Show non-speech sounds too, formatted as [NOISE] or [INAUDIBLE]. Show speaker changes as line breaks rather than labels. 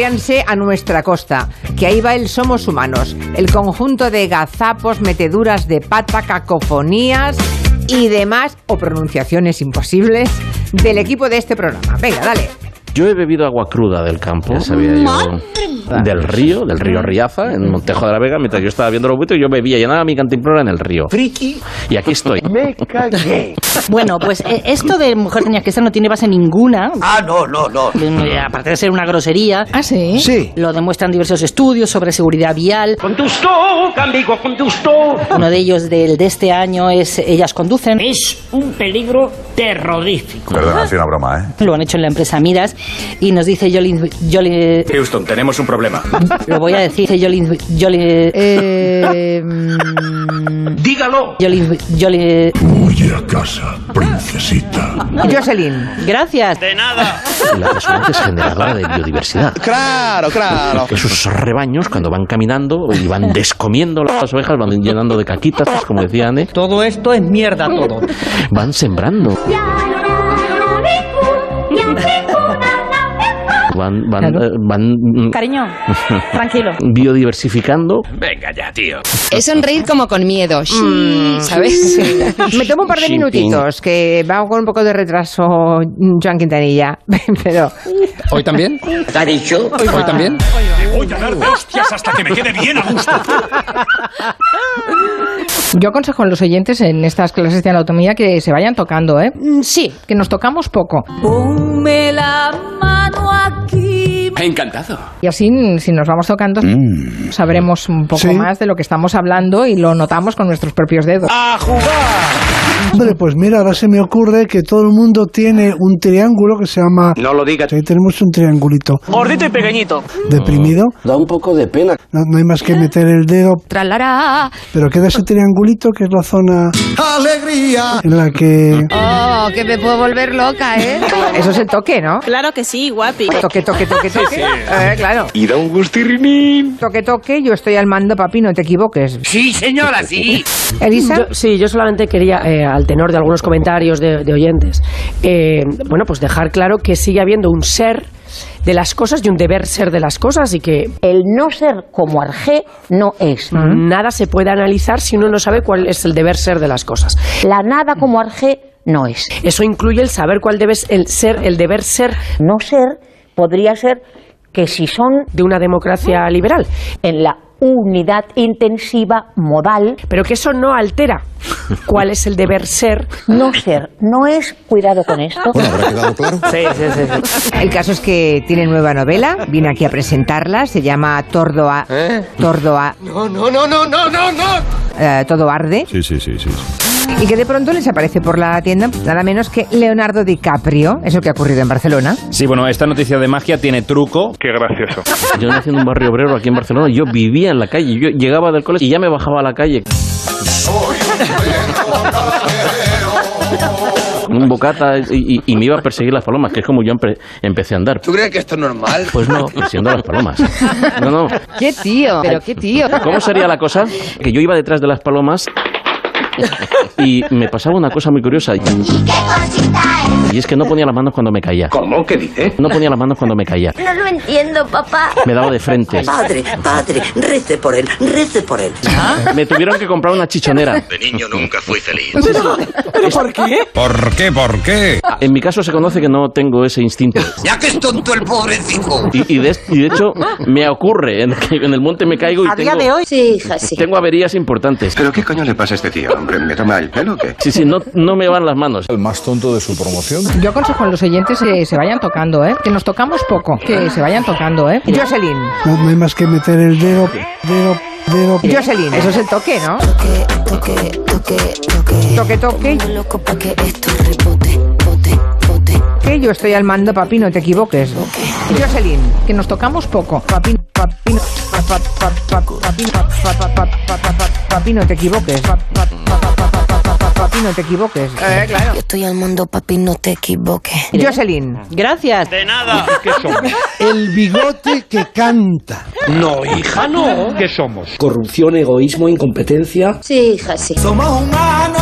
Véanse a nuestra costa, que ahí va el Somos Humanos, el conjunto de gazapos, meteduras de pata, cacofonías y demás, o pronunciaciones imposibles, del equipo de este programa. Venga, dale.
Yo he bebido agua cruda del campo, ya sabía yo. Del río, del río Riaza, en Montejo de la Vega, mientras yo estaba viendo los buitres, yo bebía, llenaba mi cantimplora en el río.
Friki,
Y aquí estoy.
me cagué.
Bueno, pues eh, esto de mujer tenías que estar no tiene base ninguna.
Ah, no, no, no.
Eh, Aparte de ser una grosería,
Ah, sí.
Sí.
lo demuestran diversos estudios sobre seguridad vial. Uno de ellos del de este año es Ellas conducen.
Es un peligro terrorífico.
Perdón, ha sido una broma, ¿eh?
Lo han hecho en la empresa Miras y nos dice Jolin. Jolin
Houston, tenemos un problema.
lo voy a decir, dice Jolin. Jolin.
Eh, mm,
Dígalo.
Jolin. Jolin.
Huye a casa, princesita.
[LAUGHS] Jocelyn,
Gracias.
La resonancia es generadora de biodiversidad.
Claro, claro.
Esos rebaños, cuando van caminando y van descomiendo las ovejas, van llenando de caquitas, pues, como decía Anne,
Todo esto es mierda todo.
van sembrando. Van, van, eh, van mm,
Cariño, [LAUGHS] tranquilo.
biodiversificando.
Venga ya, tío.
es sonreír como con miedo. Sí, ¿Sabes?
[LAUGHS] me tomo un par de
Xi Jinping.
minutitos, que va con un poco de retraso mm, Joan Quintanilla, [LAUGHS] pero
¿Hoy también?
¿Te ha dicho?
¿Hoy también?
Voy a dar de hostias hasta que me quede bien a gusto.
[LAUGHS] Yo aconsejo a los oyentes en estas clases de anatomía que se vayan tocando, ¿eh?
Mm, Sí,
Que nos tocamos poco.
Encantado.
Y así, mm, si nos vamos tocando,
Mm.
sabremos un poco
Sí.
más de lo que estamos hablando y lo notamos con nuestros propios dedos.
Hombre, pues mira, ahora se me ocurre que todo el mundo tiene un triángulo que se llama...
No lo digas.
Ahí tenemos un triangulito. Gordito y pequeñito. Deprimido.
Da un poco de pena.
No, no hay más que meter el dedo.
Tralará.
Pero queda ese triangulito que es la zona... ¡Alegría! En la que...
Oh, que me puedo volver loca, ¿eh?
eso es el toque, ¿no?
claro que sí, guapi.
Toque, toque, toque, toque. Eh, claro.
Y da un gustirrinín.
Toque, toque, yo estoy al mando, papi, no te equivoques.
Sí, señora, sí.
Elisa,
Yo- sí, yo solamente quería, eh, al tenor de algunos comentarios de, de oyentes, eh, bueno, pues dejar claro que sigue habiendo un ser de las cosas y un deber ser de las cosas y que
El no ser como Argé no es.
Mm. nada se puede analizar si uno no sabe cuál es el deber ser de las cosas.
La nada como Argé no es.
Eso incluye el saber cuál debe ser el ser, el deber ser
No ser podría ser que si son
de una democracia liberal,
en la unidad intensiva modal,
pero que eso no altera cuál es el deber ser.
no ser no es, cuidado con esto.
Sí, sí, sí.
El caso es que tiene nueva novela, viene aquí a presentarla, se llama Tordo a... Tordo a... ¿Eh? No, no, no, no, no, no, no. todo arde.
Sí, sí, sí, sí.
Y que de pronto les aparece por la tienda pues nada menos que Leonardo DiCaprio, eso que ha ocurrido en Barcelona.
Sí, bueno, esta noticia de magia tiene truco. Qué gracioso.
Yo nací en un barrio obrero aquí en Barcelona, yo vivía en la calle, yo llegaba del colegio y ya me bajaba a la calle. Un bocata y, y- y me iba a perseguir las palomas, que es como yo empe- empecé a andar.
¿Tú crees que esto es normal?
Pues no, persiguiendo a las palomas. No, no.
¡Qué tío! ¡Pero qué tío!
¿Cómo sería la cosa? Que yo iba detrás de las palomas y me pasaba una cosa muy curiosa. Y es que no ponía las manos cuando me caía.
¿Cómo? ¿Qué dice?
No ponía las manos cuando me caía.
No lo entiendo, papá.
Me daba de frente.
Padre, padre, rece por él, rece por él.
Me tuvieron que comprar una chichonera.
De niño nunca fui feliz.
¿Por qué? ¿Por qué?
En mi caso se conoce que no tengo ese instinto.
Ya que es tonto el pobrecito.
Y, y de, y de hecho me ocurre en, que en el monte me caigo y
A día
tengo,
de hoy,
Sí, hija, sí.
tengo averías importantes.
¿Pero qué coño le pasa a este tío, hombre? ¿Me toma el pelo o qué?
Sí, sí, no, no me van las manos.
El más tonto de su promoción.
Yo aconsejo a los oyentes que se vayan tocando, ¿eh? Que nos tocamos poco. Que se vayan tocando, ¿eh?
Jocelyn,
No, no hay más que meter el dedo, dedo, dedo...
Jocelyn, eso es el toque, ¿no? Toque, toque, que yo estoy al mando, papi, no te equivoques. Jocelyn,
Que nos tocamos poco.
papi, papi, no- pa- pa- pa- pa- papi, pa- pa- pa- pa- pa- pa- pa- papi, no te equivoques. Pa- pa- pa- pa- pa- pa- pa- pa- Papi, no te equivoques. Eh, claro.
Yo estoy al mundo, papi, no te equivoques.
Jocelyn,
gracias.
El bigote que canta.
No, hija, no. ¿Qué somos?
Corrupción, egoísmo, incompetencia.
Sí, hija, sí.
Somos humanos.